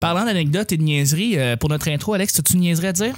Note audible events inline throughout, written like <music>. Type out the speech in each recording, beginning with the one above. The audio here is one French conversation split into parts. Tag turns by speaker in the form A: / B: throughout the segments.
A: Parlant d'anecdotes et de niaiseries, euh, pour notre intro, Alex, as-tu une niaiserie à dire?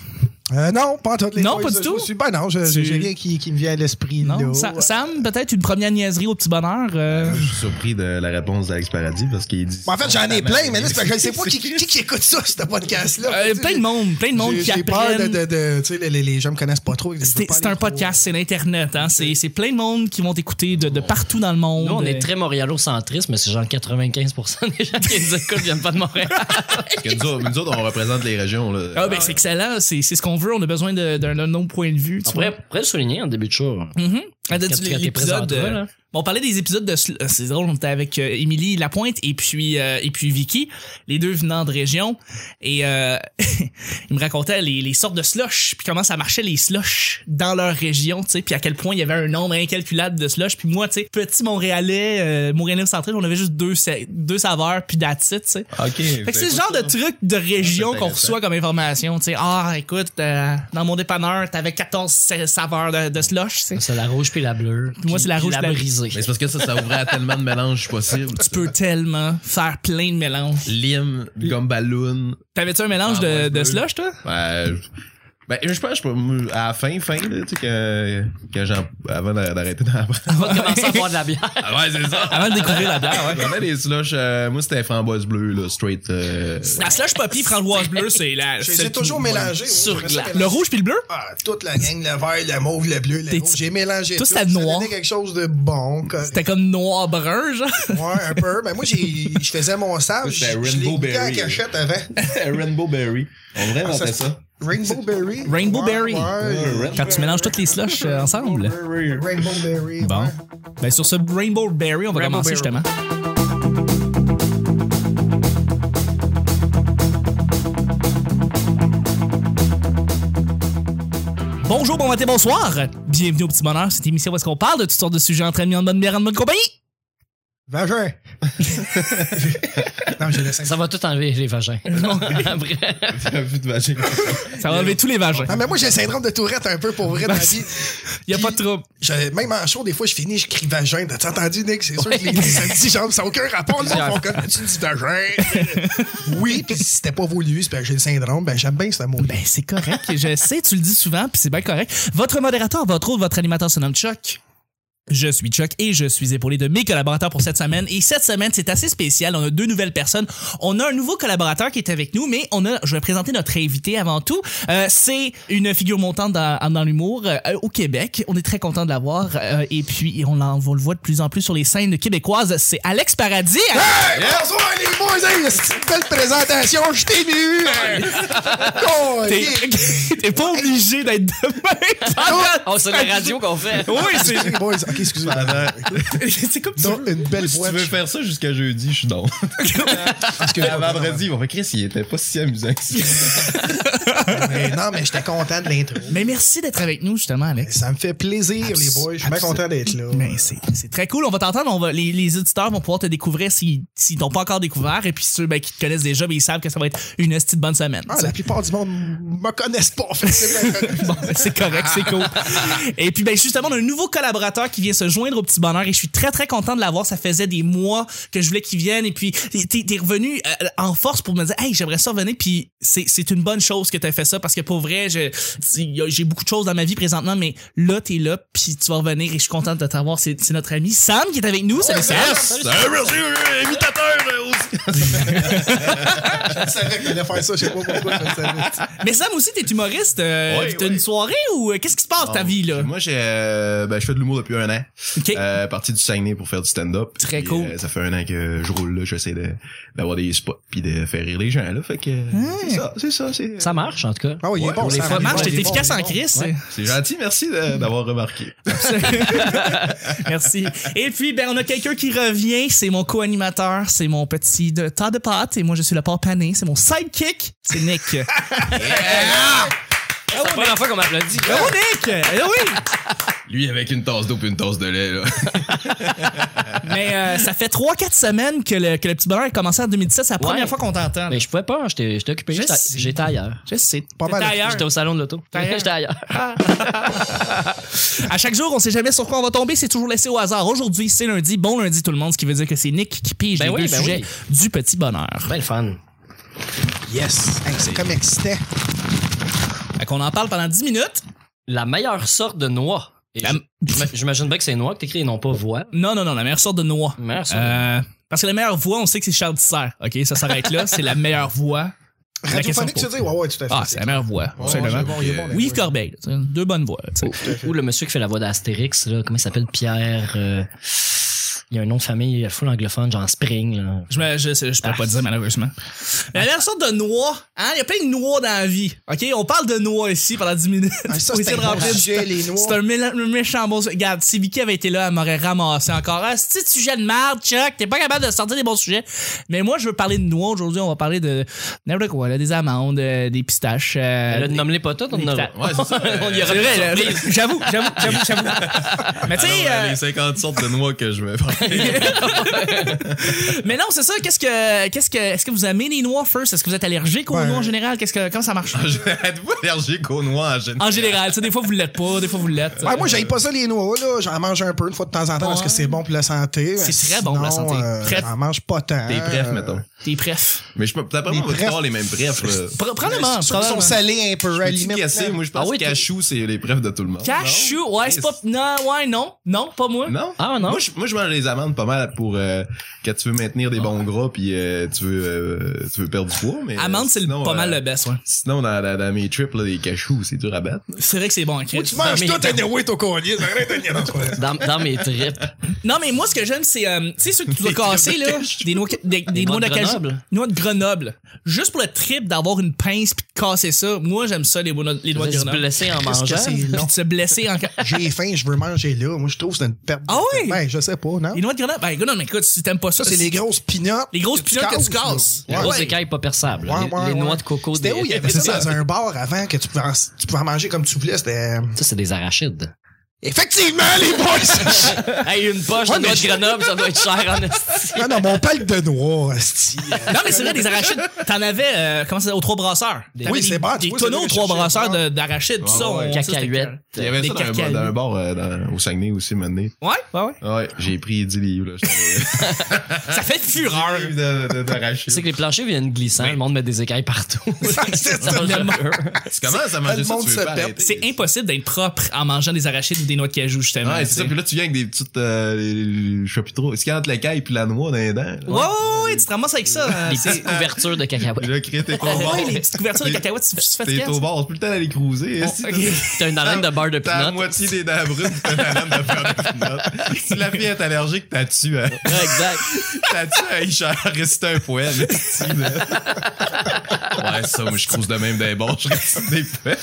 B: Euh, non, pas en toutes les
A: Non, pas
B: fois. Je-
A: du
B: je
A: tout.
B: Suis, ben non, je-
A: Tu-
B: j'ai rien qui, qui me vient à l'esprit.
A: Non?
B: là.
A: Sa- Sam, peut-être une première niaiserie au petit bonheur? euh?
C: Je suis surpris de la réponse d'Alex Paradis parce qu'il dit.
B: Bon, en fait, j'en ai plein, mais là, c'est parce que je sais pas qui, qui, qui écoute ça, ce podcast-là.
A: Euh,
B: Tu sais,
A: plein de monde, plein de monde qui
B: j'ai- J'ai peur de.
A: apprennent.
B: de- de- tu sais, les, les- les gens me connaissent pas trop. je veux
A: C'est
B: pas
A: c'est
B: aller
A: un
B: trop-
A: podcast, c'est l'Internet. Hein? C'est c'est plein de monde qui vont t'écouter de, de partout dans le monde.
D: Nous, on
A: Euh,
D: est très montréalocentristes, mais c'est genre 95 des gens qui nous écoutent viennent pas de <laughs> Montréal.
C: Parce que nous autres, nous autres, on représente les régions. Là.
A: Ah, ben, c'est excellent, c'est c'est ce qu'on veut, on a besoin de- d'un d'un autre point de vue. tu
D: On pourrait,
A: vois.
D: on pourrait le souligner en début de show. hein.
A: Mhm. Ah, de-
D: Ah Quand
A: tu-
D: tu- quand t'es présent
A: l'épisode,
D: à toi,
A: euh,
D: là.
A: bon, on parlait des épisodes de Sl- euh, c'est drôle on était avec euh, Émilie Lapointe et puis euh, et puis Vicky les deux venant de région et euh, <laughs> ils me racontaient les, les sortes de slush puis comment ça marchait les slush dans leur région tu sais puis à quel point il y avait un nombre incalculable de slush puis moi tu sais petit Montréalais euh, Montréalais central on avait juste deux sa- deux saveurs puis that's it, tu sais
C: ben, Ok.
A: fait que c'est le genre de truc de région
C: C'est
A: qu'on
C: intéressant.
A: reçoit comme information, tu sais. Ah, écoute, euh, dans mon dépanneur, t'avais 14 sa- saveurs de, de slush, tu sais.
D: C'est la rouge puis la bleue.
A: Moi, c'est la
D: puis
A: rouge puis la-
D: brisée.
C: Mais c'est parce que ça, ça ouvrait à tellement de mélanges possibles.
A: Tu peux tellement faire plein de mélanges.
C: Lime, gomme ballon.
A: T'avais-tu un mélange
C: Ah, ouais,
A: de, de
C: bleu.
A: slush, toi?
C: Ben, je- ben, je pense, je peux- à la fin, fin, là, tu sais, que, que j'en- avant d'a- d'arrêter d'en prendre.
D: On va commencer à boire de la bière.
C: Ah ouais, c'est ça.
A: Avant de découvrir la bière, ouais.
C: J'en ai des slushs, euh, moi, c'était framboise bleue, là, straight. euh,
A: <laughs> La slush poppy framboise bleue, c'est la.
B: Je les
A: c'est
B: ai toujours mélangés. moi,
D: Sur
B: je me suis
D: glace.
B: mélangé.
A: Le rouge puis le bleu?
B: Ah, toute la gang, le vert, le mauve, le bleu,
A: T'es-
B: le rouge. J'ai mélangé.
A: Toi,
B: tout.
A: c'était
B: Ça
A: noir.
B: donnait quelque chose
A: <laughs>
B: de bon. correct.
A: C'était comme noir-brun, genre.
B: Ouais, un peu. Mais moi, j'ai- je faisais mon sage.
C: C'était
B: Je
C: Rainbow
B: je l'ai goûté en
C: Berry.
B: cachette avant.
C: Rainbow Berry. On devrait inventer
B: ça,
C: Ah, ça.
B: Rainbow Berry.
A: Rainbow
B: Ouais,
A: Berry.
B: ouais,
A: Quand tu mélanges toutes les slush euh, ensemble.
B: Rainbow Berry.
A: Bon.
B: ouais.
A: Ben, sur ce Rainbow Berry, on va
D: Rainbow
A: commencer
D: Berry.
A: justement. Bonjour, bon matin, bonsoir. Bienvenue au Petit Bonheur, cette émission où est-ce qu'on parle de toutes sortes de sujets entre amis, en bonne bière, en bonne compagnie.
B: Vagin. <laughs> non, j'ai laissé.
D: <laughs> Ça va tout enlever, les <laughs> vagins. Après,
C: T'as vu de vagin.
A: Ça va enlever tous les vagins.
B: Non, mais moi, j'ai le syndrome de Tourette un peu pour vrai dans la vie.
A: Il y a pas de trouble.
B: Je- même en show, des fois, je finis, je crie vagin. T'as entendu, Nick? C'est sûr que les samedis, genre, ça n'a aucun rapport. Là, on tu dis vagin. oui, puis si c'était pas voulu, c'est parce que j'ai le syndrome, ben j'aime bien ce mot.
A: Ben, c'est correct. Je <laughs> sais, tu le dis souvent, puis c'est bien correct. Votre modérateur, votre autre, votre animateur se nomme Chuck. Je suis Chuck et je suis épaulé de mes collaborateurs pour cette semaine. Et cette semaine, c'est assez spécial. On a deux nouvelles personnes. On a un nouveau collaborateur qui est avec nous, mais on a, je vais présenter notre invité avant tout. Euh, c'est une figure montante dans, dans l'humour euh, au Québec. On est très content de l'avoir. Euh, et puis, on, l'en- on le voit de plus en plus sur les scènes québécoises. C'est Alex Paradis.
B: Hey, Bonsoir les boys, hey, c'est une belle présentation, je t'ai vu! Hey. Oh,
A: T'es
B: yeah.
A: t'es <laughs> pas obligé d'être demain.
D: <laughs> oh,
A: <laughs>
D: c'est la radio qu'on fait.
A: Oui, c'est
B: Ah, Les boys, ok, excusez-moi.
A: <laughs> c'est comme tu
B: Donc, une belle
C: Si
B: voix.
C: tu veux faire ça jusqu'à jeudi, je suis dans. <laughs> Parce que à vendredi, on va Chris, il était pas si amusant
A: <laughs>
C: que ça.
B: Mais Ben non, mais j'étais content de l'intro.
A: Mais merci d'être avec nous, justement, Alex.
B: Ça me fait plaisir, les boys. Je suis bien content d'être là.
A: Mais c'est c'est très cool. On va t'entendre. On va, les, les auditeurs vont pouvoir te découvrir s'ils s'ils t'ont pas encore découvert. Et puis ceux ben, qui te connaissent déjà, ben, ils savent que ça va être une petite bonne semaine.
B: Ah, la plupart du monde me connaissent pas. <laughs> Fait que c'est bien correct.
A: <laughs> Bon, ben, c'est correct, c'est cool. Et puis, ben, justement, on a un nouveau collaborateur qui vient se joindre au petit bonheur et je suis très, très content de l'avoir. Ça faisait des mois que je voulais qu'il vienne et puis t'es t'es revenu euh, en force pour me dire, hey, j'aimerais ça revenir. Puis c'est c'est une bonne chose que t'as fait ça parce que pour vrai, je- il y a- j'ai beaucoup de choses dans ma vie présentement, mais là, t'es là puis tu vas revenir et je suis contente de t'avoir. C'est c'est notre ami Sam qui est avec nous. Salut, Sam.
C: C'est un merci, euh, imitateur euh, aussi.
B: Je savais que t'allais faire ça, je sais pas pourquoi. je le savais.
A: Mais Sam aussi, t'es humoriste. euh,
C: Oui,
A: t'as
C: oui.
A: une soirée ou euh, qu'est-ce qui se passe ta vie, là?
C: Moi, j'ai, euh, ben, Oh, je fais de l'humour depuis un an.
A: Ok.
C: Euh, parti du Saguenay pour faire du stand-up.
A: Très
C: Puis,
A: cool.
C: euh, ça fait un an que je roule là, j'essaie de, d'avoir des spots puis de faire rire les gens là. Fait que euh,
A: Hmm.
C: c'est ça, c'est ça, c'est.
D: Ça marche, en tout cas.
B: Ah oui, il est
C: Ouais,
B: bon,
C: pour les
B: ça
A: Ça
D: fois,
A: marche,
B: il est
A: t'es
B: bon,
A: efficace
B: il est
A: en
B: bon.
A: crise.
D: Ouais.
C: C'est gentil, merci de- d'avoir remarqué.
A: Merci. Et puis, ben, on a quelqu'un qui revient. C'est mon co-animateur. C'est mon petit de, tas de pâtes. Et moi, je suis le porc pané. C'est mon sidekick. C'est Nick.
D: Ah, C'est la première fois qu'on m'applaudit.
A: Hello, Nick! Hello, oui!
C: Lui avec une tasse d'eau puis une tasse de lait là.
A: Mais euh, ça fait 3-4 semaines que le, que le petit bonheur a commencé en 2017. C'est la première
D: Ouais.
A: fois qu'on t'entend.
D: Mais Ben, je pouvais pas, hein. j'étais j'étais occupé.
A: Je
D: J'étais
A: sais.
D: j'étais ailleurs.
A: Je sais.
B: Pas mal.
A: T'es ailleurs.
D: J'étais au salon de l'auto.
A: ailleurs.
D: J'étais ailleurs. Ah,
A: À chaque jour, on sait jamais sur quoi on va tomber. C'est toujours laissé au hasard. Aujourd'hui, c'est lundi. Bon lundi, tout le monde. Ce qui veut dire que c'est Nick qui pige
D: Ben
A: les
D: oui,
A: deux
D: ben
A: sujets du petit bonheur.
D: Ben le fun.
B: Yes! Hey, c'est comme excitant.
A: Fait qu'on en parle pendant 10 minutes.
D: La meilleure sorte de noix. Et
A: La-
D: j'im- J'imagine bien que c'est noix que t'écris et non pas voix.
A: Non, non, non, la meilleure sorte de noix.
D: Merde, ça.
A: Euh, parce que la meilleure voix, on sait que c'est Charles Tisser. OK, ça s'arrête là. C'est la meilleire voix. La question
B: Radiophonique, tu
A: pour-
B: dis? Ouais, ouais, tout à fait.
A: Ah, c'est la meilleure voix, tout
B: Ouais, ouais,
A: simplement.
B: c'est bon, il est bon,
A: Oui,
B: d'accord.
A: Corbeil. tu sais, Deux bonnes voix. tu sais.
D: Ou le monsieur qui fait la voix d'Astérix, là, comment il s'appelle Pierre. euh, il y a un nom de famille full anglophone, genre Spring. Là.
A: Je, me- je, je, je peux
D: Ah.
A: pas dire malheureusement. Mais la meilleure sorte de noix, hein, il y a plein de noix dans la vie. OK, on parle de noix ici pendant 10 minutes.
B: Ah, ça,
A: Faut
B: c'est
A: essayer de
B: un bon
A: remplir du
B: sujet,
A: temps.
B: les noix.
A: C'est un méla- méchant bon. Regarde, si Vicky avait été là, elle m'aurait ramassé encore. Ah, c'est sujet de merde, Chuck. T'es pas capable de sortir des bons sujets. Mais moi, je veux parler de noix aujourd'hui. On va parler de n'importe quoi, là, des amandes, euh, des pistaches. euh,
D: Là,
A: des-
D: nomme-les pas toutes, on en aura.
A: Ouais,
C: c'est ça.
A: <laughs>
C: Euh,
D: on y aura
A: C'est vrai,
D: plus de
A: là,
D: surprise.
A: J'avoue, <laughs> j'avoue, j'avoue, j'avoue. Mais tu sais.
C: Alors, euh,
A: euh,
C: Les 50 sortes de noix que je
A: <laughs>
C: vais faire.
A: Mais non, c'est ça. Qu'est-ce que, qu'est-ce que, est-ce que vous aimez les noix first? Est-ce que vous êtes allergique aux
B: Ouais.
A: noix en général? Qu'est-ce que, comment ça marche?
C: <laughs> je vais être pas allergique aux noix en général.
A: En général, tu sais, des fois vous l'êtes pas, des fois vous l'êtes.
B: Ouais, moi, j'aille pas ça, les noix, là. J'en mange un peu une fois de temps en temps parce
A: Ouais.
B: que c'est bon pour la santé.
A: C'est
B: Mais
A: très bon pour la
B: sinon,
A: santé.
B: euh,
A: Très-
B: J'en mange pas tant.
C: T'es bref,
B: Euh,
C: mettons.
A: T'es pref.
C: Mais je peux. D'après moi, on va
B: des
C: tous avoir les mêmes prefs, là.
A: Pr- Probablement,
B: Ceux qui sont
A: probablement.
B: salés un peu, à la
C: Petit
B: limite,
C: cassé,
B: là.
C: moi, je pense
D: Ah oui,
C: que
D: toi-
C: cachou, c'est les prefs de tout le monde.
A: Cashew, ouais, c'est pas, non, ouais, non, non, pas moi.
C: Non?
D: Ah, non?
C: Moi, je, moi, je mange les amandes pas mal pour euh, quand tu veux maintenir des bons gras puis euh, tu veux euh, tu veux perdre du poids, mais. euh,
A: Amande, c'est le-
C: sinon,
A: pas
C: euh,
A: mal le best, ouais.
C: Sinon, dans, dans, dans mes trips, là, les cachous, c'est dur à battre.
A: C'est vrai que c'est bon, en
B: Ou
A: crise.
B: tu manges
D: mais-
B: tout anyway ton collier. ça arrête de nier dans ce coin-là.
D: Dans, dans mes tripes.
A: Non, mais moi, ce que j'aime, c'est, euh, tu sais, ceux que
D: <laughs>
A: tu dois casser, là, des noix, des, des
D: noix
A: noix
D: de
A: de cajou-
D: Grenoble.
A: Noix de Grenoble. Juste pour le trip d'avoir une pince pis de casser ça. Moi, j'aime ça, les, noix- les
D: Je
A: noix
D: vais
A: de
D: se
A: Grenoble.
D: blesser en
B: Qu'est-ce que
D: mangeant.
B: c'est
A: Pis
B: long?
A: de se blesser en, ca-
B: J'ai faim, je veux manger là. Moi, je trouve que c'est une perte. de
A: Ah
B: temps.
A: oui?
B: Ben, je sais pas, non?
A: Les noix de Grenoble, ben, gars, non, mais écoute, si t'aimes pas ça,
B: Ça, c'est les grosses pinottes.
A: Les grosses pinottes que tu casses.
D: Les
B: là.
D: grosses
A: Ouais.
D: écailles pas perçables.
B: Ouais,
D: les
B: ouais,
D: les
B: ouais.
D: noix de coco.
B: C'était
D: des-
B: où? Il y avait ça dans un bar avant que tu pouvais en, tu pouvais en manger comme tu voulais. C'était. euh,
D: Ça, c'est des arachides.
B: Effectivement,
A: <laughs>
B: les boys!
D: hey, une poche
B: Ouais,
D: de
B: mais
D: noix de
B: je-
D: Grenoble, ça doit être cher en esti.
B: non, non, mon palc de noix,
A: <laughs>
B: esti.
A: Non, mais c'est vrai, des arachides. T'en avais, euh, comment ça s'appelle, aux trois brasseurs. T'avais
B: Oui,
A: des-
B: c'est bon, tu
A: Des
B: vois,
A: tonneaux
B: c'est
A: aux trois
B: bien cherché,
A: brasseurs
B: ouais.
A: de- d'arachides, pis ça, on. ça, c'était
D: Cacahuètes.
A: clair.
C: Il y avait
A: Des
C: ça dans un,
A: cacahuètes.
C: bar- dans un bar euh, dans- au Saguenay aussi, maintenant.
A: Ouais, ouais, ouais.
C: Ouais, j'ai pris 10
A: <laughs>
C: livres, là. j'étais-
A: Ça fait fureur.
C: de, de,
D: Tu
C: d'arachide.
D: sais que les planchers viennent glissant, le monde met des écailles partout.
B: C'est ça. <laughs>
C: Tu commences à manger
B: le
C: ça,
B: monde
C: tu
B: se
C: veux pas
B: perd.
C: arrêter.
A: C'est impossible d'être propre en mangeant des arachides ou des noix de cajou, justement.
C: Ouais,
A: tu
C: c'est ça.
A: sais.
C: Puis là, tu viens avec des petites. euh, les- les- je sais plus trop. Est-ce qu'il y a entre la caille puis la noix dans les dents? là?
A: Ouais, ouais, ouais, ouais, tu te ramasses avec ça. euh,
D: les
A: c'est-
D: petites couvertures de
C: Puis
D: cacahuètes.
C: là, créer tes
A: Ah <laughs>
C: combats.
A: ouais, les petites couvertures de cacahuètes, c'est c'est
C: T'es
A: fait
C: au bord, c'est plus le temps d'aller cruiser. est-ce que <laughs>
A: ok.
C: t'as-
D: T'as une haleine de barre de
C: T'as la
D: pinot.
C: moitié des dents brunes, t'as la lame de faire des pinottes. Si la fille est allergique, t'as tué. <laughs> hein.
D: exact.
C: T'as tué à Richard, réciter un poème. esti, là. Ouais, ça, moi, je crouse de même des bons, je récite des poèmes.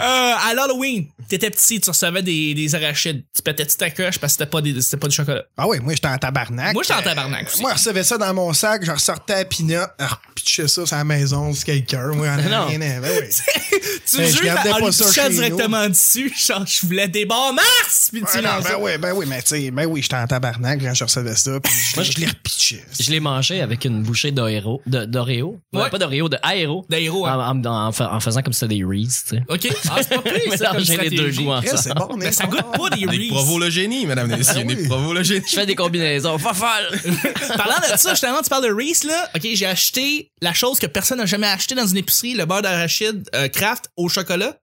A: Euh, à l'Halloween, t'étais petit, tu recevais des, des arachides. Tu pétais-tu ta coche parce que c'était pas, des- c'était pas du chocolat?
B: Ah oui, moi, j'étais en tabarnak. Euh,
A: Moi, j'étais en tabarnak aussi.
B: Moi, je recevais ça dans mon sac, je ressortais à Pinot, je repitchais ça sur la maison, c'est quelqu'un. Moi,
A: <laughs>
B: on
D: Non.
B: a rien à ben oui.
A: tu
B: Ben, je
A: juges
B: gardais
A: en
B: pas
A: le
B: ça
A: touchant
B: chez
A: directement dessus. Genre, je voulais des bons mars! Puis tu
B: Ouais, non,
A: lances ça.
B: ben oui, ben oui, mais tu sais, ben oui, j'étais en tabarnak quand je recevais ça, puis je,
D: Moi,
B: je l'ai repitché.
D: Je l'ai mangé avec une bouchée d'Oreo. De, d'Oreo. Non,
A: Ouais.
D: Pas d'Oreo, de Aéro.
A: D'aéro, hein.
D: En, en- en fa- en faisant comme ça des Reese, tu sais.
A: OK. Ah, c'est
D: <laughs>
A: pas pire, ça, comme
D: Mélanger les deux
A: stratégie.
D: goûts
B: Chris,
D: ensemble.
B: c'est bon,
A: Mais ça goûte pas des
C: Nick
A: Reese.
C: Provo le génie, madame et messieurs. Nick Provo le génie.
D: Je fais des combinaisons. Fafal!
A: Parlant de ça, justement, tu parles de Reese, là. OK, j'ai acheté la chose que personne n'a jamais acheté dans une épicerie, le beurre d'arachide euh, Kraft au chocolat.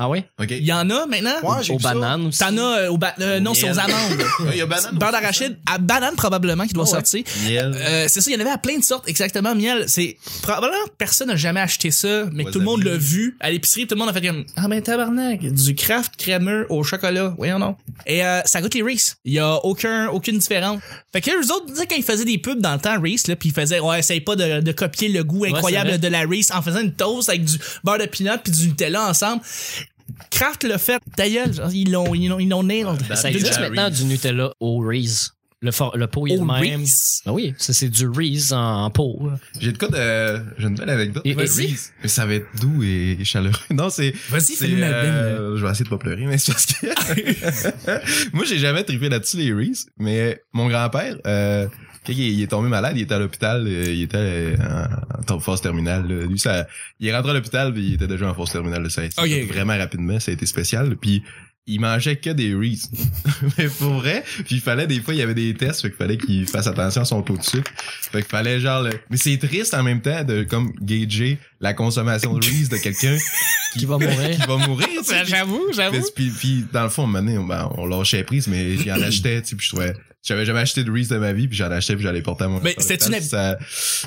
D: Ah ouais?
C: OK.
A: Il y en a maintenant?
B: Ouais, j'ai
D: Aux
B: vu ça.
D: bananes aussi.
A: T'en as euh, au ba- euh, non, c'est aux
C: Miel. <laughs>
A: amandes.
C: Ouais, Il y a banane.
A: beurre
C: aussi.
A: d'arachide, à banane probablement qui doit sortir.
C: Miel.
A: Euh, c'est ça, il y en avait à plein de sortes, exactement, miel. C'est probablement personne n'a jamais acheté ça, mais
C: Wasabi.
A: tout le monde l'a vu à l'épicerie, tout le monde a fait comme ah ben tabarnak, du Kraft crémeux au chocolat, oui ou non. Et euh, ça goûte les Reese, il y a aucun aucune différence. Fait que les autres disaient quand ils faisaient des pubs dans le temps Reese là, puis ils faisaient ouais, essaye pas de, de copier le goût incroyable
D: c'est vrai.
A: de la Reese en faisant une toast avec du beurre de peanut puis du Nutella ensemble. Kraft le fait, ta gueule, genre, ils l'ont ils l'ont ils l'ont nailed.
C: Ben,
D: Ça
C: Des
D: existe
C: Reese.
D: maintenant du Nutella au Reese. Le, for- le pot, il est
A: Au
D: le même.
A: Reese.
D: Ah oui, ça, c'est du Reese en, en pot. là.
C: J'ai de quoi de. J'ai une belle anecdote.
D: Et-
C: Ouais,
D: et-
C: Reese. Mais ça va être doux et chaleureux. Non, c'est.
A: Vas-y,
C: c'est,
A: fais-nous la
C: euh, Je vais essayer de pas pleurer, mais c'est parce que. <laughs> Moi, j'ai jamais trippé là-dessus, les Reese. Mais mon grand-père, euh, quand il, il est tombé malade, il était à l'hôpital. euh, Il était euh, en, en top phase terminale. là. Lui, ça. Il est rentré à l'hôpital, puis il était déjà en phase terminale. là. Ça a été
A: Ok,
C: fait
A: ok.
C: vraiment rapidement. Ça a été spécial. Puis. il mangeait que des Reese. <laughs> mais pour vrai, puis il fallait des fois il y avait des tests, fait qu'il fallait qu'il fasse attention à son taux de sucre. Fait qu'il fallait genre le- mais c'est triste en même temps de comme gager la consommation de Reese
A: <laughs>
C: de quelqu'un
D: Qui va mourir.
C: qui va mourir, tu sais.
A: Ben, j'avoue,
C: Puis,
A: j'avoue.
C: puis, puis, dans le fond, à un moment donné, ben, on lâchait prise, mais j'en achetais, tu sais, puis je trouvais... J'avais jamais acheté de Reese de ma vie, puis j'en achetais, puis j'allais porter à mon...
A: Mais c'était une-
C: Ça,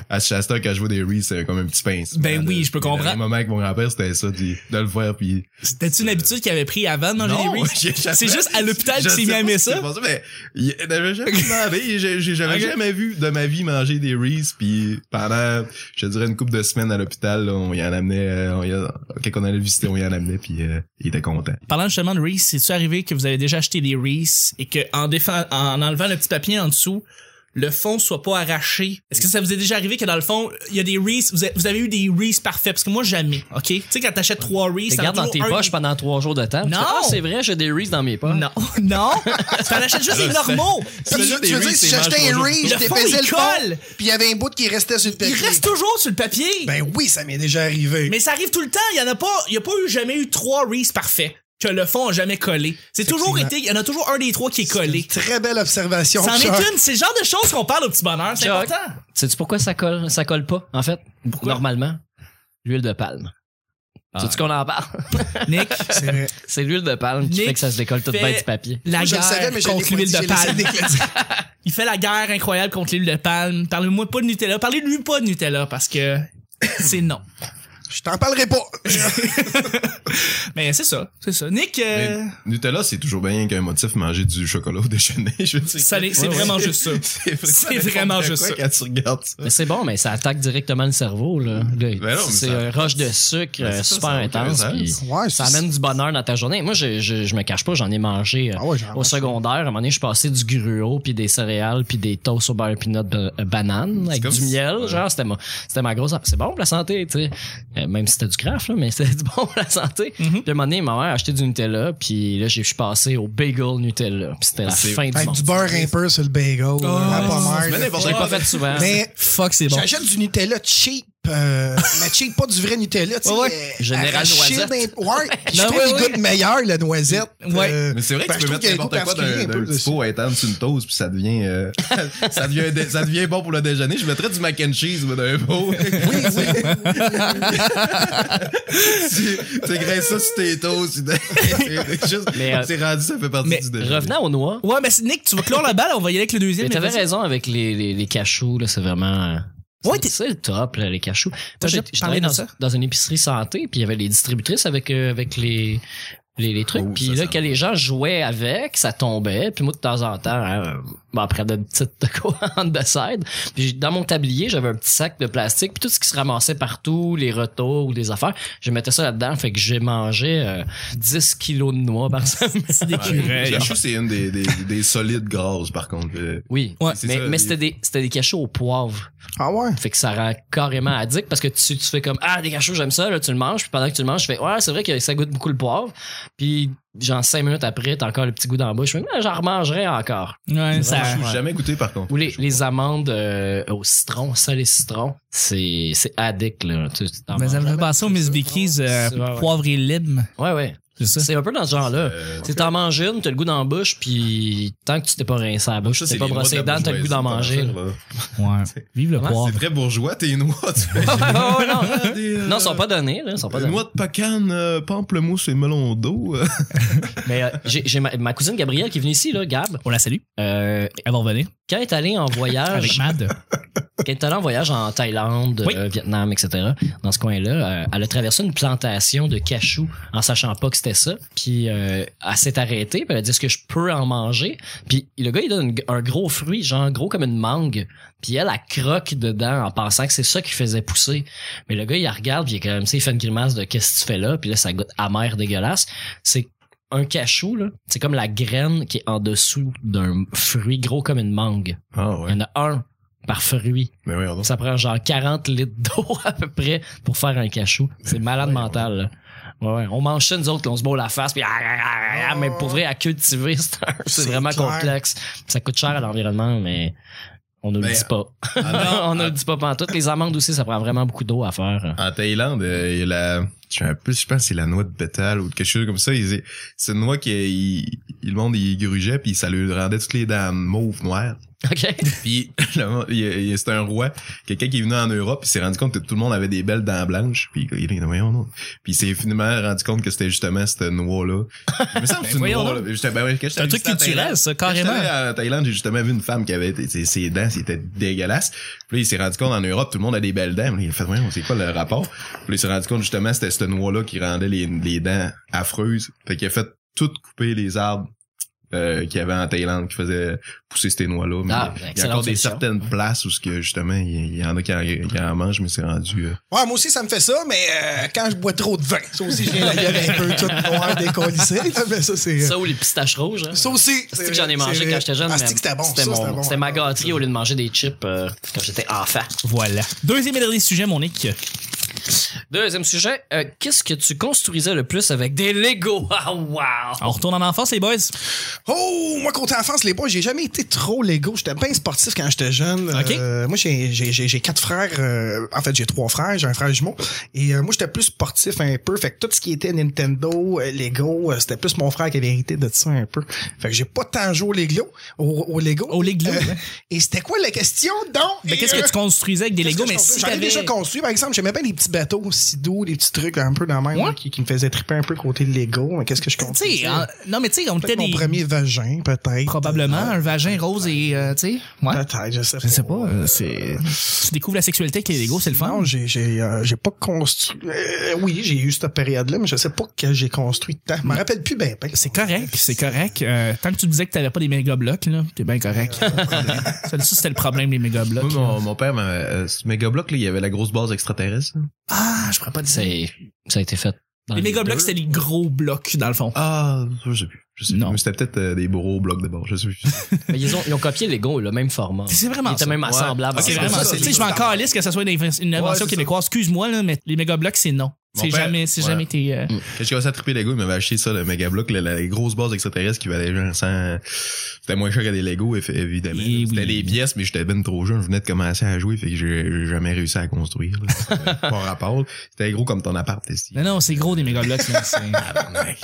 C: à Shasta, quand je vois des Reese, c'est comme un petit pince.
A: Ben oui,
C: De-
A: je peux
C: le dernier
A: comprendre.
C: moment avec mon grand-père, c'était ça, de, de le voir, puis...
A: C'était-tu une habitude qu'il avait pris avant de manger
C: Non,
A: des Reese?
C: <laughs> j'ai jamais-
A: C'est juste à l'hôpital
C: <laughs> je
A: qu'il s'est
C: sais
A: mis
C: pas
A: à aimer
C: si c'est
A: ça.
C: pour mais il il
A: <laughs>
C: n'avait jamais demandé. J'ai j'ai- j'avais
A: Ok.
C: jamais vu de ma vie manger des Reese. Puis pendant, je te dirais, une couple de semaines à l'hôpital, là, on y en amenait. euh, On y a, quand on allait le visiter, on y en amenait. Puis euh, il était content.
A: Parlant justement de Reese, c'est-tu arrivé que vous avez déjà acheté des Reese et que en, défend- en enlevant le petit papier en dessous, le fond soit pas arraché? Est-ce que ça vous est déjà arrivé que dans le fond, il y a des Reese, vous avez, vous avez eu des Reese parfaits? Parce que moi, jamais, ok? Tu sais, quand t'achètes trois Reese,
D: Tu
A: t'en
D: gardes
A: as
D: dans tes
A: toujours un-
D: poches pendant trois jours de temps. Tu
A: Non.
D: fais, Ah, c'est vrai, j'ai des Reese dans mes poches.
A: Non, <laughs> non! T'en achètes juste les normaux! Puis
C: Celui-là,
B: Tu veux
C: des
B: dire,
C: Reese,
B: si
C: c'est
B: j'achetais un
C: mange
B: Reese, je
A: toujours. Le fond,
B: défaisais
A: il
B: le
A: colle.
B: fond, puis il y avait un bout qui restait sur le
A: il
B: papier.
A: reste toujours sur le papier!
B: Ben oui, ça m'est déjà arrivé.
A: Mais ça arrive tout le temps. Il y en a pas, il y a pas eu jamais eu trois Reese parfaits que le fond a jamais collé. C'est toujours été, il y en a toujours un des trois qui est collé.
B: Très belle observation.
A: C'en est
B: Chuck.
A: une, c'est le genre de choses qu'on parle au petit bonheur, c'est
D: Chuck.
A: important.
D: Sais-tu pourquoi ça colle, ça colle pas, en fait? Normalement, l'huile de palme.
A: Ah.
D: Sais-tu qu'on en parle?
A: <laughs>
D: <laughs>
A: Nick,
B: C'est vrai.
D: C'est l'huile de palme qui
A: Nick
D: fait que ça se décolle tout
A: fait-
D: bien du papier.
A: la
B: Je le
A: guerre
B: savais, mais je l'ai
A: contre
B: pas
A: l'huile
B: dit,
A: de
B: j'ai laissé
A: palme.
B: Nick le dire.
A: Il fait la guerre incroyable contre l'huile de palme. Parlez-moi pas de Nutella. Parlez-lui pas de Nutella parce <coughs> que c'est non.
B: Je t'en
A: <laughs>
B: parlerai pas.
A: Mais c'est ça, c'est ça. Nick,
C: Mais
A: euh,
C: Nutella, c'est toujours bien qu'un motif manger du chocolat au déjeuner. <laughs> Je veux dire.
A: ça l'est- c'est
C: Ouais,
A: vraiment
C: ouais.
A: juste ça.
C: <laughs> C'est
A: C'est
C: n'importe
A: vraiment
C: quoi
A: juste ça.
C: Quand tu regardes ça.
D: Mais c'est bon, mais ça attaque directement le cerveau. Là. Là,
C: Mm. Ben mais
D: c'est
C: ça-
D: un rush de sucre
C: Mais
D: euh,
C: c'est ça,
D: super
C: ça a aucun
D: intense.
C: sens.
D: puis
B: Ouais,
D: ça
B: c'est-
D: amène du bonheur dans ta journée. Moi, je, je, je me cache pas, j'en ai mangé euh,
B: Ah ouais, j'en
D: au
B: mange.
D: secondaire. À un moment donné, je passais du gruau, puis des céréales, puis des toasts au beurre peanut ba- euh, banane avec
C: comme
D: du
C: si-
D: miel.
C: ouais.
D: Genre, c'était ma, c'était ma grosse... C'est bon pour la santé, tu sais. Euh, même si c'était du craft, là, mais <laughs> c'était du bon pour la santé.
C: Mm-hmm.
D: Puis à un moment donné, ma mère a acheté du Nutella, puis là, j'ai- je suis passé au bagel Nutella. Puis c'était la
C: C'est-
D: fin du
B: Avec
D: monde.
B: Ben, du beurre un peu sur le bagel, la
A: Oh, Ah, c'est-
B: pommade.
C: Mais n'importe
D: Je l'ai
C: quoi.
D: pas fait souvent.
B: Mais
A: fuck, c'est bon.
B: j'achète du Nutella cheap, euh, mais cheap, pas du vrai Nutella, tu sais.
A: Ouais, ouais.
B: euh,
D: Général
B: arraché
D: noisette.
B: d'un-
A: <laughs>
B: Ouais, puis je
A: Non,
B: trouve
A: ouais,
B: qu'il
A: ouais.
B: goûte meilleur, la noisette.
A: Ouais.
B: Euh,
C: Mais c'est vrai que
B: ben,
C: tu
B: je
C: peux
B: trouve
C: mettre
B: qu'il y a un
C: n'importe
B: goût
C: quoi d'un
B: particulier un
C: d'un
B: peu
C: petit
B: dessus.
C: pot à étendre sur une toast puis ça devient euh, <laughs> ça devient dé- ça devient bon pour le déjeuner. Je mettrais du mac and cheese moi, d'un pot.
B: Oui,
C: <laughs>
B: oui.
C: tu tu graisses ça sur tes toasts. tu- <laughs> C'est juste-
D: Mais, euh,
C: c'est rendu ça fait partie
A: mais
C: du déjeuner.
D: Revenant aux noix,
A: Ouais, mais c'est- Nick, tu vas clore la balle, on va y aller avec le deuxième.
D: Mais t'avais
A: vas-y.
D: raison avec les, les, les cachous, là, c'est vraiment. euh,
A: Ouais,
D: c'est-
A: t'es- <laughs>
D: c'est le top, là, les cachous. Moi, j'ai
A: déjà
D: j'ai
A: parlé
D: travaillé
A: de
D: dans,
A: ça?
D: dans une épicerie santé, puis il y avait les distributrices avec, euh, avec les, les, les trucs.
C: Oh,
D: puis
C: ça,
D: là,
C: ça-
D: quand les gens jouaient avec, ça tombait. Puis moi, de temps en temps, hein, ben, après de petites <laughs> commandes de cèdre, puis j'ai- dans mon tablier, j'avais un petit sac de plastique, puis tout ce qui se ramassait partout, les retours ou des affaires, je mettais ça là-dedans. Fait que j'ai mangé euh, 10 kilos de
A: <laughs>
D: noix par semaine.
A: C'est des
C: Ouais.
A: curés.
C: Le chou, c'est une des, des, des solides grosses, par contre. Euh,
D: Oui,
A: Ouais.
C: C'est
D: mais,
C: ça,
D: mais
C: les-
D: c'était des, c'était des cachets au poivre.
B: Ah ouais.
D: Fait que ça rend carrément addict parce que tu, tu fais comme Ah, des cachots, j'aime ça, là, tu le manges. Puis pendant que tu le manges, tu fais Ouais, c'est vrai que ça goûte beaucoup le poivre. Puis genre cinq minutes après, t'as encore le petit goût dans la bouche. Je fais, Ah, J'en remangerai encore.
A: Ouais,
C: le
A: ça.
C: chou,
D: ouais.
C: j'ai jamais goûté, par contre.
D: Ou les, les amandes euh, au citron, ça, les citrons, c'est c'est addict, là. Tu, tu t'en
A: Mais
D: manges.
A: ça me fait penser au Miss Vicky's euh,
D: C'est- ouais, ouais.
A: poivre et lime.
D: Ouais, ouais.
A: C'est ça.
D: C'est un peu dans ce genre-là.
C: Euh,
D: Tu t'en manges une, t'as le goût dans la bouche, puis tant que tu t'es pas rincé à la bouche,
C: ça,
D: tu t'es
C: c'est
D: pas
C: les noix
D: brossé
C: de
D: les
C: la
D: dents, t'as le goût d'en
C: bourgeoisie,
D: manger. là.
C: t'en manges,
A: Ouais. Vive le
D: Comment
C: là.
A: poivre.
C: C'est très bourgeois, tes noix.
D: <laughs>
C: Tu fais-
D: Oh, non,
C: Des, euh,
D: non, ils sont pas donnés, là. Ils sont pas
C: euh,
D: donnés.
C: Noix de pacane, euh, pamplemousse et melon d'eau. euh.
D: Mais euh, j'ai j'ai ma, ma cousine Gabrielle qui est venue ici, là, Gab.
A: On la salue.
D: Euh,
A: Elle va revenir.
D: quand elle est allée en
A: Avec
D: voyage,
A: Mad.
D: quand elle est allée en voyage en Thaïlande,
A: Oui.
D: euh, Vietnam, etc., dans ce coin-là, euh, elle a traversé une plantation de cachous en sachant pas que c'était ça. Puis euh, elle s'est arrêtée, puis elle a dit est-ce que je peux en manger Puis le gars il donne une- un gros fruit, genre gros comme une mangue. Puis elle, elle croque dedans en pensant que c'est ça qui faisait pousser. Mais le gars il la regarde, puis il est comme ça, il fait une grimace de qu'est-ce que tu fais là Puis là ça goûte amer, dégueulasse. C'est un cachou, là, c'est comme la graine qui est en dessous d'un fruit gros comme une mangue.
C: Ah
D: Il y en a un par fruit.
C: Mais oui, on
D: Ça prend genre 40 litres d'eau <laughs> à peu près pour faire un cachou. C'est malade
C: ouais,
D: mental. là. Ouais, ouais. On mange ça, nous autres, on se bourre la face, puis ah, ah, ah, mais pour vrai, à cultiver, <laughs> c'est un- c'est
B: C'est
D: vraiment
B: clair.
D: complexe. Ça coûte cher à l'environnement, mais on ne le
C: Mais-
B: Ben,
D: dit pas.
C: Ah non,
D: <laughs> on
C: <laughs>
D: ne
C: ah.
D: le dit pas pantoute. Les amandes aussi, ça prend vraiment beaucoup d'eau à faire. <laughs>
C: En Thaïlande, euh, il y a la, je sais un peu, je pense que c'est la noix de pétale ou quelque chose comme ça. Il- C'est une noix qui, il, il- le monde, il grugeait puis ça lui rendait toutes les dents mauves, noires.
D: OK.
C: Puis <laughs> le monde- il- il- c'était un roi, quelqu'un qui est venu en Europe, il s'est rendu compte que tout le monde avait des belles dents blanches. Puis il est voyons non. Puis il s'est finalement rendu compte que c'était justement cette noix là. Mais ça me semble que c'est
A: <laughs>
C: une
A: voyons
C: noix.
A: donc.
C: là. J'étais- ben ouais, quand j'étais
A: C'est un truc
C: visité en Thaïlande-
A: culturel, ça, carrément.
C: quand j'étais allé en Thaïlande, j'ai justement vu une femme qui avait été- ses, ses dents, c'était dégueulasse. Puis là, il s'est rendu compte en Europe, tout le monde a des belles dents. Mais il a fait, voyons, c'est quoi le rapport? Puis là, il s'est rendu compte justement, c'était cette noix-là qui rendait les, les dents affreuses. Fait qu'il a fait tout couper les arbres. Euh, qu'il y avait en Thaïlande qui faisait pousser ces noix-là. Mais
D: Ah,
C: il y a
D: excellente
C: encore des
D: solution.
C: certaines places où ce que justement il y en a qui en, qui en mangent, mais c'est rendu. euh,
B: Ouais, moi aussi, ça me fait ça, mais euh, quand je bois trop de vin, ça aussi, je viens la gueule un peu toute noire, décollissée. là, Mais ça, c'est.
D: Ça ou les pistaches rouges. hein.
B: Ça aussi.
D: C'est que j'en ai mangé quand j'étais jeune.
B: Ah,
D: mais
B: c'est que c'était bon.
D: C'était,
B: ça,
D: mon-
B: bon.
D: c'était ma gâterie au lieu de manger des chips euh, quand j'étais enfant.
A: Voilà. Deuxième et dernier sujet, Monique.
D: Deuxième sujet, euh, qu'est-ce que tu construisais le plus avec des Lego? <laughs> Ah, wow!
A: On retourne en enfance, les boys.
B: Oh, moi, côté enfance, les boys, j'ai jamais été trop Lego. J'étais bien sportif quand j'étais jeune.
A: Ok.
B: Euh, moi, j'ai, j'ai, j'ai, j'ai quatre frères. euh, en fait, j'ai trois frères. J'ai un frère jumeau. Et euh, moi, j'étais plus sportif un peu. Fait que tout ce qui était Nintendo, euh, Lego, euh, c'était plus mon frère qui avait hérité de ça un peu. Fait que j'ai pas tant joué au Lego. Au, au Lego. Euh,
A: Au Lego, ouais.
B: <laughs> Et c'était quoi la question, donc?
A: Mais
B: Et,
A: qu'est-ce
B: euh,
A: que tu construisais avec des
B: Qu'est-ce
A: Legos?
B: que
A: Mais
B: je
A: si
B: construis? J'en ai
A: t'avais...
B: déjà construit, par exemple, j'aimais bien les petits bateaux aussi doux, des petits trucs un peu dans le même
A: Ouais.
B: qui, qui me faisaient triper un peu côté Lego. Mais qu'est-ce que je
A: Tu sais,
B: construisais?
A: en- non, mais tu sais, on était
B: Peut-être mon
A: des...
B: premier vagin, peut-être.
A: Probablement un vagin rose et, euh, tu sais, ouais.
B: Peut-être, je sais pas.
A: Je sais pas, euh, c'est... Tu découvres la sexualité avec les Legos, c'est le fun.
B: Non, j'ai, j'ai, euh, j'ai pas construit. euh, oui, j'ai eu cette période-là, mais je sais pas que j'ai construit tant. Je me rappelle plus bien.
A: C'est correct, c'est correct. Euh, tant que tu disais que t'avais pas des méga blocs, là, t'es bien correct. ça, ça, c'était le problème des méga blocs.
C: Moi, mon, mon père, m'avait- euh, ce méga bloc, là, il y avait la grosse base extraterrestre. là.
A: Ah, je pourrais pas dire.
D: C'est, ça a été fait. dans
A: Les méga
D: deux.
A: blocs, c'était les gros blocs, dans le fond.
C: Ah, je sais plus. Je sais
A: Non.
C: plus. Mais C'était peut-être euh, des gros blocs de bord, je sais <laughs> plus.
D: Mais ils, ont, ils ont copié Lego, le même
C: Ah.
D: format.
A: C'est vraiment
D: Ils étaient
A: ça.
D: même
C: Ouais.
D: assemblables.
C: Ok,
A: C'est
C: c'est
A: vraiment
C: ça,
A: ça.
C: c'est
A: Tu sais, je
C: ça.
A: m'en calisse que ça soit une, inven- une invention
C: c'est
A: québécoise. Excuse-moi, là, mais les méga blocs, c'est non.
C: Mon
A: C'est
C: père-
A: jamais, c'est
C: ouais.
A: jamais tes. euh,
C: Quand j'ai commencé à triper Lego, il m'avait acheté ça, le méga bloc, la, la grosse base extraterrestre qui valait genre 100. C'était moins cher que des Lego, eff- évidemment.
A: Eh
C: C'était
A: oui.
C: les pièces, mais j'étais ben trop jeune. Je venais de commencer à jouer, fait que j'ai j'ai jamais réussi à construire. là. C'était Pas rapport. C'était gros comme ton appart, ici.
A: Non, non, c'est gros des méga blocs.
C: <laughs>
A: là, c'est-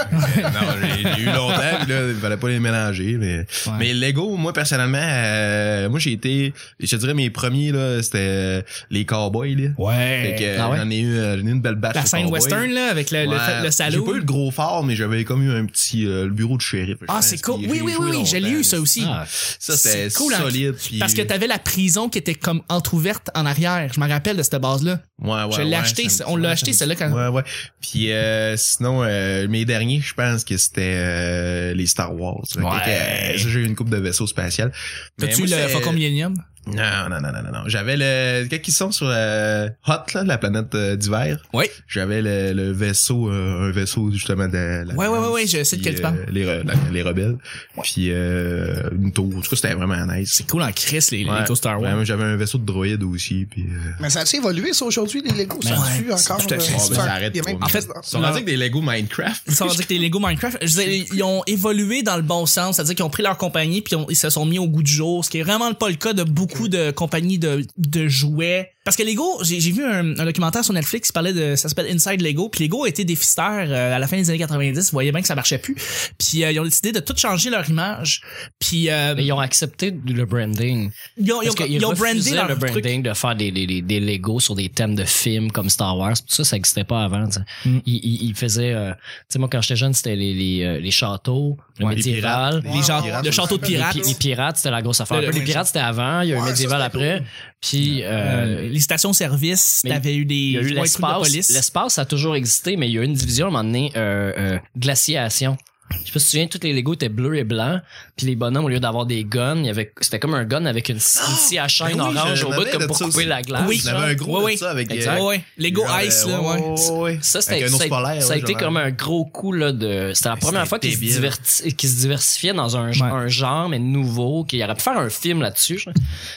C: non, j'ai- j'ai eu longtemps, puis là, il fallait pas les mélanger, mais.
A: Ouais.
C: Mais Lego, moi personnellement, euh, moi j'ai été, je te dirais mes premiers là, c'était euh, les cowboys là. Fait que,
A: Ouais.
C: euh,
D: Ah ouais?
C: j'en ai eu, euh, j'en ai eu une belle batch.
A: La
C: de
A: scène
C: cowboys.
A: western, là, avec le, le
C: Ouais.
A: fait- le salaud.
C: J'ai pas eu le gros phare, mais j'avais comme eu un petit euh, le bureau de shérif.
A: Ah, c'est cool. Oui, oui, oui, oui, j'ai lu ça aussi.
D: Ah,
C: Ça c'était
A: C'est cool, hein.
C: solide. puis-
A: Parce que t'avais la prison qui était comme entrouverte en arrière. Je m'en rappelle de cette base-là.
C: Ouais, ouais,
A: Je l'ai
C: ouais,
A: acheté,
C: ça me-
A: on l'a
C: ouais,
A: acheté,
C: ça me-
A: celle-là, quand-
C: Ouais, ouais. Puis euh, sinon, euh, mes derniers, je pense que c'était euh, les Star Wars. Fait que,
A: Ouais.
C: euh, ça, j'ai eu une coupe de vaisseau spatial. Mais
A: T'as-tu
C: moi,
A: le
C: c'est-
A: Faucon Millennium?
C: Non, non, non, non, non, non. J'avais le. Quand ils sont sur euh, Hot, là, la planète euh, d'hiver.
A: Oui.
C: J'avais le, le vaisseau, euh, un vaisseau justement de. La euh,
A: Ouais, ouais, ouais, ouais, je sais de quel tu parles.
C: Les, re- la- les rebelles. Puis euh, une tour. En tout cas, c'était vraiment nice.
A: C'est cool en Chris, les,
C: Ouais.
A: les Star Wars.
C: Ouais, moi, j'avais un vaisseau de droïde aussi. Puis. euh, ben,
B: Mais ça a évolué, ça, aujourd'hui, les Lego? Ça
A: ouais,
B: tue
A: c'est
B: encore?
A: tout à fait-
B: euh,
A: Oh,
B: c'est
A: mais
B: un-
C: ça arrête
B: il y a même-
C: trop,
A: En fait,
C: Ils sont rendus avec des Lego Minecraft.
A: Ça veut dire que les Lego Minecraft, je veux dire, ils ont évolué dans le bon sens. C'est-à-dire qu'ils ont pris leur compagnie puis ils ont- ils se sont mis au goût du jour, ce qui est vraiment pas le cas de beaucoup de compagnies de, de jouets. Parce que Lego, j'ai j'ai vu un, un documentaire sur Netflix qui parlait de, ça s'appelle Inside Lego, puis Lego a été déficitaire euh, à la fin des années 90, ils voyaient bien que ça marchait plus. Puis euh, ils ont décidé de tout changer leur image. Puis euh,
D: mais ils ont accepté le branding.
A: ils ont, ils ont,
D: Parce qu'ils
A: ils ont brandé
D: refusaient
A: leur
D: le
A: truc.
D: branding de faire des, des, des, des Lego sur des thèmes de films comme Star Wars. Tout ça, ça n'existait pas avant. tu sais.
A: Mm.
D: Ils, ils, ils faisaient... euh, tu sais, moi, quand j'étais jeune, c'était les, les, euh, les châteaux, le
C: Ouais, les
D: médiéval.
A: Les gens,
B: Ouais, ouais,
A: le
B: ouais.
A: château de
D: Les,
A: pirates,
D: pi- les pirates, c'était la grosse affaire.
A: Le-
D: les pirates, c'était avant. Il y a eu
B: Ouais,
D: le
B: ça,
D: médiéval
B: c'était
D: après. Puis...
A: euh,
D: euh,
A: les stations-service,
D: Mais
A: t'avais eu des
D: Il y a
A: ouais, trucs
D: eu
A: de
D: l'espace.
A: police.
D: L'espace ça a toujours existé, mais il y a eu une division à un moment donné, euh, euh, glaciation. Je sais pas si tu te souviens, tous les Legos étaient bleus et blancs, puis les bonhommes, au lieu d'avoir des guns, il y avait- c'était comme un gun avec une, scie- une scie à chaîne
C: Ben oui,
D: orange
C: je
D: au
C: me
D: bout,
C: rappelle
D: comme
C: de
D: pour
C: ça
D: couper
C: aussi.
D: la glace.
A: Oui.
C: J'avais un gros
A: Ouais,
C: de
A: ouais.
C: ça avec. euh,
D: Exact.
A: Ouais, ouais. Lego
C: genre,
A: Ice,
C: euh,
A: là, ouais.
C: ouais.
D: Ça, c'était,
C: Avec un ours
D: ça-
C: polaire,
D: ça a
C: ouais,
D: été
C: genre.
D: comme un gros coup là, de. C'était la première
C: c'était
D: fois qu'ils se,
C: débile.
D: diverti- qu'ils se diversifiaient dans un,
A: Ouais.
D: un genre, mais nouveau, qu'il aurait pu faire un film là-dessus. genre.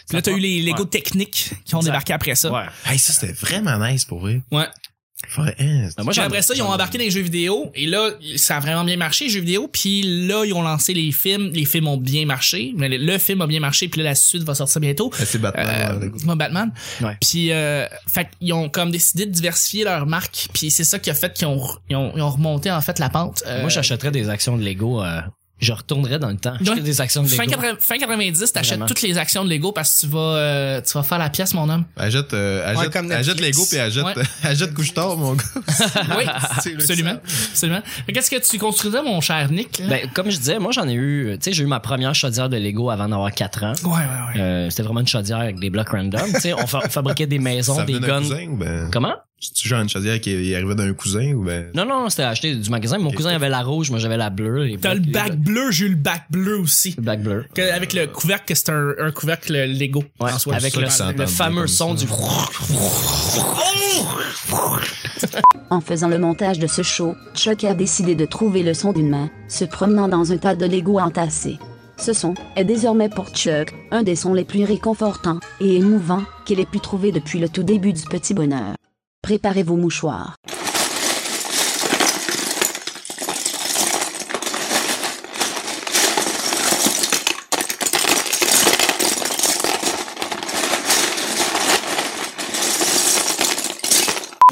A: Puis là, t'as eu les Lego techniques qui ont
D: Exact.
A: débarqué après ça.
D: Ouais.
C: Hey, ça, c'était vraiment nice pour vrai.
A: Ouais. Ah
C: Faudrait- hein, c'est-
D: Ben, moi,
A: Puis
D: j'en-
A: après ça, ils ont embarqué dans les jeux vidéo et là, ça a vraiment bien marché, les jeux vidéo. Puis là, ils ont lancé les films. Les films ont bien marché. Le, le film a bien marché, puis là, la suite va sortir bientôt.
C: Ben, C'est Batman.
A: Euh,
C: ouais,
A: dis-moi, Batman.
D: Ouais.
A: Puis, euh, fait qu'ils ont comme décidé de diversifier leur marque. Puis c'est ça qui a fait qu'ils ont, ils ont, ils ont remonté en fait la pente. Euh,
D: Moi, j'achèterais des actions de Lego. euh, je retournerais dans le temps.
A: Ouais.
D: J'achèterais des actions de
A: Fin,
D: Lego.
A: 80 fin 90, t'achètes
D: Vraiment.
A: toutes les actions de Lego parce que tu vas, euh, tu vas faire la pièce, mon
D: <laughs>
A: homme.
C: Achète, euh, achète,
B: comme Netflix.
C: achète Lego puis achète,
A: Ouais.
C: <laughs> achète Couche-Tard, mon gars.
A: oui,
C: C'est le
A: absolument, absolument. Mais qu'est-ce que tu construisais, mon cher Nick? là?
D: Ben, comme je disais, moi, j'en ai eu, tu sais, j'ai eu ma première chaudière de Lego avant d'avoir 4 ans.
A: ouais, ouais, ouais.
D: Euh, c'était vraiment une chaudière avec des blocs random. Tu sais, on, fa- on fabriquait des maisons,
C: Ça
D: des
C: venait d'un
D: guns.
C: cousin ou ben.
D: Comment?
C: C'est-tu genre une chaudière qui est arrivée d'un cousin ou ben.
D: Non, non, c'était acheté du magasin. Mon
C: Ok.
D: cousin avait la rouge, moi j'avais la bleue. les
A: T'as
D: blocs-
A: le
D: les
A: bac
D: blocs-
A: bleu, j'ai eu le bac bleu aussi.
D: Le bac bleu.
A: Que- avec le couvercle, que c'est un, un couvercle euh, Lego.
D: Ouais,
A: En soi,
D: avec
A: c'est
D: le,
A: ça.
C: ça
D: le
C: entend
D: fameux
C: comme
D: son
C: ça.
D: du.
E: En faisant le montage de ce show, Chuck a décidé de trouver le son d'une main, se promenant dans un tas de Lego entassés. Ce son est désormais pour Chuck, un des sons les plus réconfortants et émouvants qu'il ait pu trouver depuis le tout début du petit bonheur. Préparez vos mouchoirs.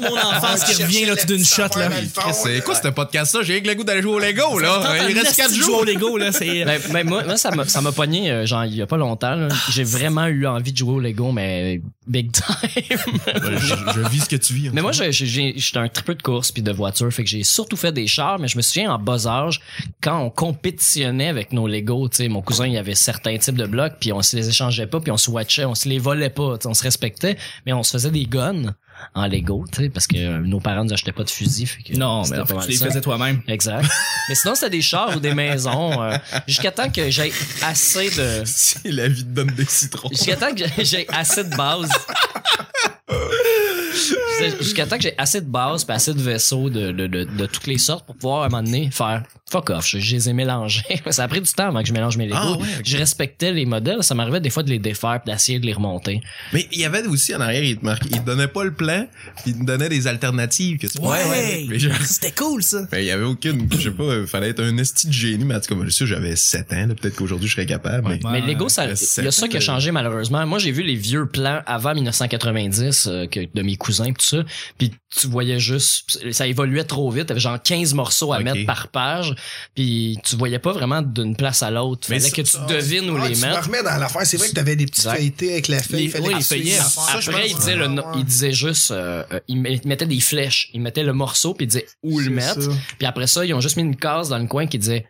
A: Mon
D: Ah,
A: enfance qui
B: Chercher
A: revient là,
B: la
A: tout d'une
B: petite
A: shot.
B: affaire
A: Là.
B: dans le fond,
C: Chris, C'est quoi ce podcast ça J'ai rien que le goût d'aller jouer au Lego là. Il reste 4 jours.
A: au Lego, là, c'est...
D: Ben, ben, moi, moi, ça m'a ça m'a pogné, euh, genre, il y a pas longtemps. là. J'ai vraiment eu envie de jouer au Lego, mais big time.
C: Ben, je, je vis ce que tu vis. en
D: Mais
C: <laughs>
D: moi,
C: fait.
D: j'ai- j'ai- j'ai- j'étais un triple de course puis de voiture, fait que j'ai surtout fait des chars, mais je me souviens en bas âge, quand on compétitionnait avec nos Lego, tu sais, mon cousin, il avait certains types de blocs, puis on se les échangeait pas, puis on se watchait, on se les volait pas, tu sais, on se respectait, mais on se faisait des guns en Lego, tu sais, parce que euh, nos parents nous achetaient pas de fusil, fait que
A: Non, mais
D: c'était
A: en fait,
D: pas mal
A: tu les
D: ça.
A: faisais toi-même.
D: Exact. Mais sinon, c'était des chars ou des maisons, euh, jusqu'à temps que j'ai assez de...
C: Si la vie te donne des citrons.
D: Jusqu'à temps que j'ai- j'ai assez de base. Jusqu'à temps que j'ai assez de base pis assez de vaisseaux de, de, de, de toutes les sortes pour pouvoir à un moment donné faire fuck off. Je, je les ai mélangés. <laughs> ça a pris du temps avant que je mélange mes Legos.
C: Ah ouais, ok.
D: Je respectais les modèles. Ça m'arrivait des fois de les défaire pis d'essayer de les remonter.
C: Mais il y avait aussi en arrière, il te marquait, il te donnait pas le plan, puis il te donnait des alternatives que tu pourrais faire. Mais genre-
A: C'était cool, ça.
C: mais il y avait aucune, je sais pas, euh, fallait être un esti de génie, mais en tout cas, moi, sûr, j'avais 7 ans, là, peut-être qu'aujourd'hui je serais capable, mais
A: Ouais.
D: Mais Lego, ça,
C: le
D: il y a ça
C: sept,
D: qui a
C: euh,
D: changé malheureusement. Moi, j'ai vu les vieux plans avant 1990 euh, que, de mes cousins pis tout ça. Puis tu voyais juste, ça évoluait trop vite. T'avais genre 15 morceaux à
C: Ok.
D: mettre par page. Puis tu voyais pas vraiment d'une place à l'autre.
C: Mais
D: Fallait
C: ça-
D: que tu
C: ça-
D: devines où
B: Ah,
D: les
B: tu me
D: mettre.
B: remets dans l'affaire. C'est vrai que t'avais des petits
D: Exact.
B: feuilletés avec la feuille.
A: Les-
B: fallait
A: oui,
B: que
A: les
B: tu suives
A: feuillets.
B: l'affaire.
A: Ah, je
D: Après,
A: pense
D: il
A: que
D: disait, le nom- il disait juste, euh, euh, il met- il mettait des flèches. Il mettait le morceau puis il disait où le
B: C'est
D: mettre.
B: ça.
D: Puis après ça, ils ont juste mis une case dans le coin qui disait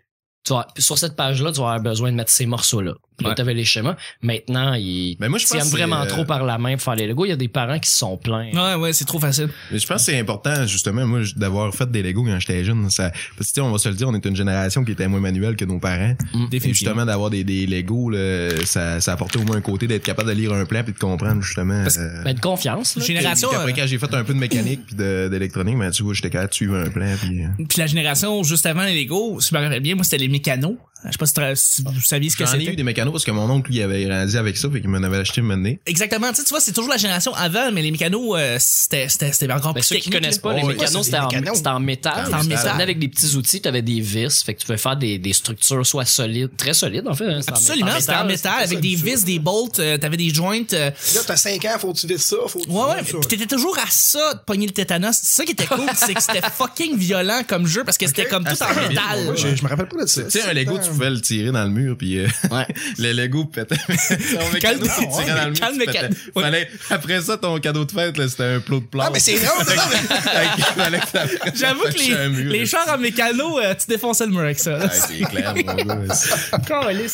D: tu vas- sur cette page-là, tu vas avoir besoin de mettre ces morceaux-là. Puis là,
A: Ouais.
D: t'avais les schémas. Maintenant, ils
C: Mais moi, je pense
D: tiennent
C: que c'est,
D: vraiment
C: euh,
D: trop par la main pour faire les logos. Il y a des parents qui se sont plaints.
A: Ouais, ouais, c'est trop facile.
C: Mais je pense que c'est important, justement, moi, j- d'avoir fait des Legos quand j'étais jeune. Ça, parce que, tu sais, on va se le dire, on est une génération qui était moins manuelle que nos parents. Et justement, d'avoir des, des Legos, là, ça, ça apportait au moins un côté d'être capable de lire un plan puis de comprendre, justement.
A: Parce-
C: euh,
D: Ben, de confiance. là.
A: J'ai-
C: puis
A: génération,
C: après,
A: euh,
C: quand j'ai fait un peu de mécanique puis de- d'électronique, ben, tu vois, j'étais capable de suivre un plan puis. euh,
A: Puis la génération juste avant les Lego, si je me rappelle bien, moi, c'était les mécanos. Je sais pas si, tu- si vous saviez ce que
C: J'en ai eu
A: c'était.
C: des mécanos parce que mon oncle, lui, avait grandi avec ça fait qu'il m'en avait acheté un donné.
A: Exactement, tu sais, tu vois, c'est toujours la génération avant, mais les mécanos, euh, c'était c'était- c'était encore
D: Ben,
A: plus
D: ceux qui
A: technique.
D: connaissent
A: là.
D: pas, les
C: Oh, oui,
D: mécanos,
B: c'est
D: c'était
B: des
D: en,
B: mécanos.
D: c'était en métal.
A: C'était en
D: Ça
A: métal.
D: venait avec des petits outils, t'avais des vis. Fait que tu pouvais faire des, des structures soit solides, très solides, en fait. hein. C'était en
A: Absolument, c'était en métal,
D: c'était
A: avec
D: ça,
A: des
D: le jeu.
A: vis, des bolts, euh, t'avais des joints. euh,
B: Là, t'as 5 ans, faut que tu vives ça. Faut que tu
A: Ouais, ouais.
B: vives ça.
A: Puis t'étais toujours à ça de pogner le tétanos. C'est ça qui était cool, c'est que
C: <laughs>
A: c'était fucking violent comme jeu parce que c'était comme tout
C: Ah,
A: en métal.
B: Moi, je, je me rappelle pas de ça.
C: Tu sais, un Lego, tu pouvais le tirer dans le mur, puis euh,
D: Ouais.
C: <laughs> le Lego pétait. Ton mécano, tu le tirais dans le mur,
A: Calme
C: tu
A: mécano.
C: pétais. Fallait- Après ça, ton cadeau de fête, là, c'était un plot de plâtre.
B: Ah, mais c'est drôle, non, mais-
C: <laughs> Fait que fallait que t'apprennes
A: J'avoue
C: à
A: que
C: toucher un
A: les,
C: mur,
A: les
C: là.
A: chars en mécano, euh, tu défonçais le mur avec ça.
C: <laughs> Ouais, c'est clair, mon gars.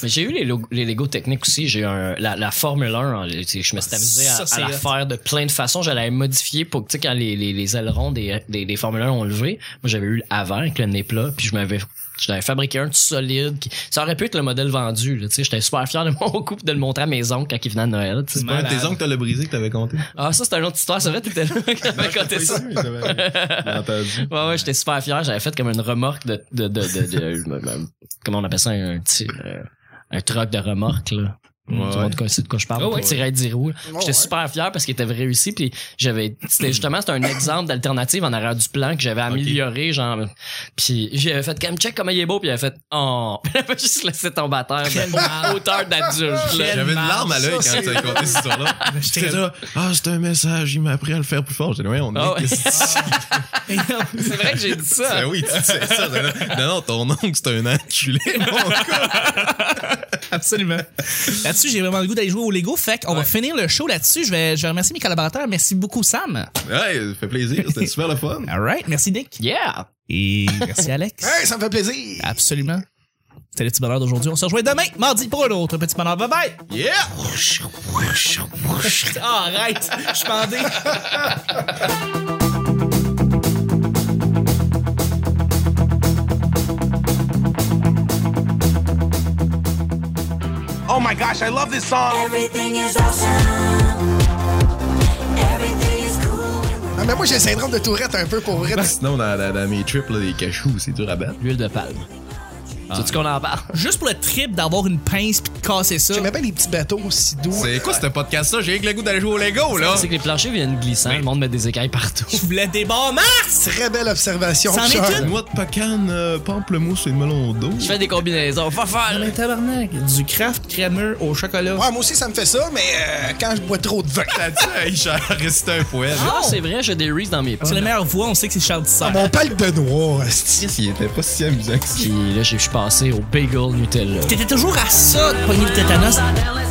D: Mais j'ai eu les, log- les Lego techniques aussi. J'ai eu un, la, la Formule 1. hein, tu sais, je me suis amusé à,
A: Ça, c'est
D: à la
A: hot.
D: faire de plein de façons. J'allais la modifier pour que, tu sais, quand les, les, les ailerons des, des, des Formule 1 ont levé, moi, j'avais eu avant avec le nez plat, puis je m'avais je l'avais fabriqué un tout solide. qui- ça aurait pu être le modèle vendu. là, tu sais. J'étais super fier de mon <laughs> coup de le montrer à mes oncles quand ils venaient à Noël. tu sais.
C: C'est pas un de tes
A: Malade.
C: oncles, t'as le brisé que t'avais compté.
D: Ah, ça, c'était une autre histoire. C'est vrai, t'étais là
A: <laughs> Ben,
D: quand on a raconté ça.
C: J'ai entendu.
D: Ouais, ouais, j'étais super fier. J'avais fait comme une remorque de. de, de, de, de- euh, comment on appelle ça? Un petit. euh, un truck de remorque, là. Tu vois de quoi, c'est de quoi je parle.
A: Oh,
D: pour
A: ouais.
D: tirer à dire où.
B: Oh,
D: J'étais
B: ouais.
D: super fier parce qu'il était réussi. Puis j'avais, c'était justement, c'était un exemple d'alternative en arrière du plan que j'avais amélioré, genre. Puis j'avais fait comme check comment il est beau, puis il avait fait oh. <laughs> Puis il avait juste laissé tomber à terre.
A: Quelle
D: ben,
A: marde.
D: hauteur d'adulte. là.
A: Quelle
C: J'avais une
A: marde,
C: larme à l'œil quand
A: ça,
C: tu as raconté cette histoire-là.
A: J'étais
C: J'étais là, ah, c'est un message, il m'a appris à le faire plus fort. J'étais là, ouais, on
D: Ah
C: est.
D: ouais.
C: qu'est-ce que-
D: <laughs> C'est vrai que j'ai dit ça.
C: Ben oui, tu sais ça. j'étais là, Non, non, ton oncle, c'est un enculé, mon gars.
A: <laughs> Absolument. Là-dessus, j'ai vraiment le goût d'aller jouer au Lego. Fait qu'on va finir le show là-dessus. Je vais, je vais remercier mes collaborateurs. Merci beaucoup, Sam.
C: Ouais, ça fait plaisir, c'était super le fun.
A: All right. Merci, Nick.
D: Yeah!
A: Et merci,
C: <laughs>
A: Alex.
B: Hey, ça me fait plaisir!
A: Absolument. C'était le petit bonheur d'aujourd'hui. On se rejoint demain, mardi, pour un autre petit bonheur. Bye bye!
C: Yeah!
A: Ah, arrête! Je suis pendé.
F: Oh my gosh, I love this song.
G: Everything is awesome. Everything is cool.
B: Ah, mais moi, j'ai le syndrome de Tourette un peu pour
A: Ben,
B: vrai.
C: Sinon, dans, dans- dans mes trips, là, les cachous, c'est dur à battre.
D: L'huile de palme. C'est-tu qu'on en parle?
A: Juste pour le trip d'avoir une pince pis de casser ça.
B: J'aimais bien les petits bateaux aussi doux.
C: C'est quoi ce podcast-là? J'ai rien que le goût d'aller jouer au Lego, là!
D: C'est que les planchers viennent glissant, le monde met des écailles partout.
A: Je voulais des bons mars!
B: Très belle observation.
A: C'en est
B: Charles.
A: une.
C: Noix de pecan, euh, pamplemousse et melon d'eau.
D: Je fais des combinaisons. Fafal!
A: tabarnak! Du craft Kramer au chocolat.
B: Ouais, moi aussi, ça me fait ça, mais euh, quand je bois trop de vin.
C: T'as-tu récité un poème?
D: Ah, c'est vrai, j'ai des Reese dans mes
A: C'est la
D: poches.
A: meilleure voix, on sait que c'est Charles Tissot.
B: Mon palpe de noir, esti.
C: Il était pas si amusant que ça.
D: Puis là, j'ai- je suis passé au bagel Nutella.
A: T'étais toujours à ça de pogner le tétanos.
G: Down LA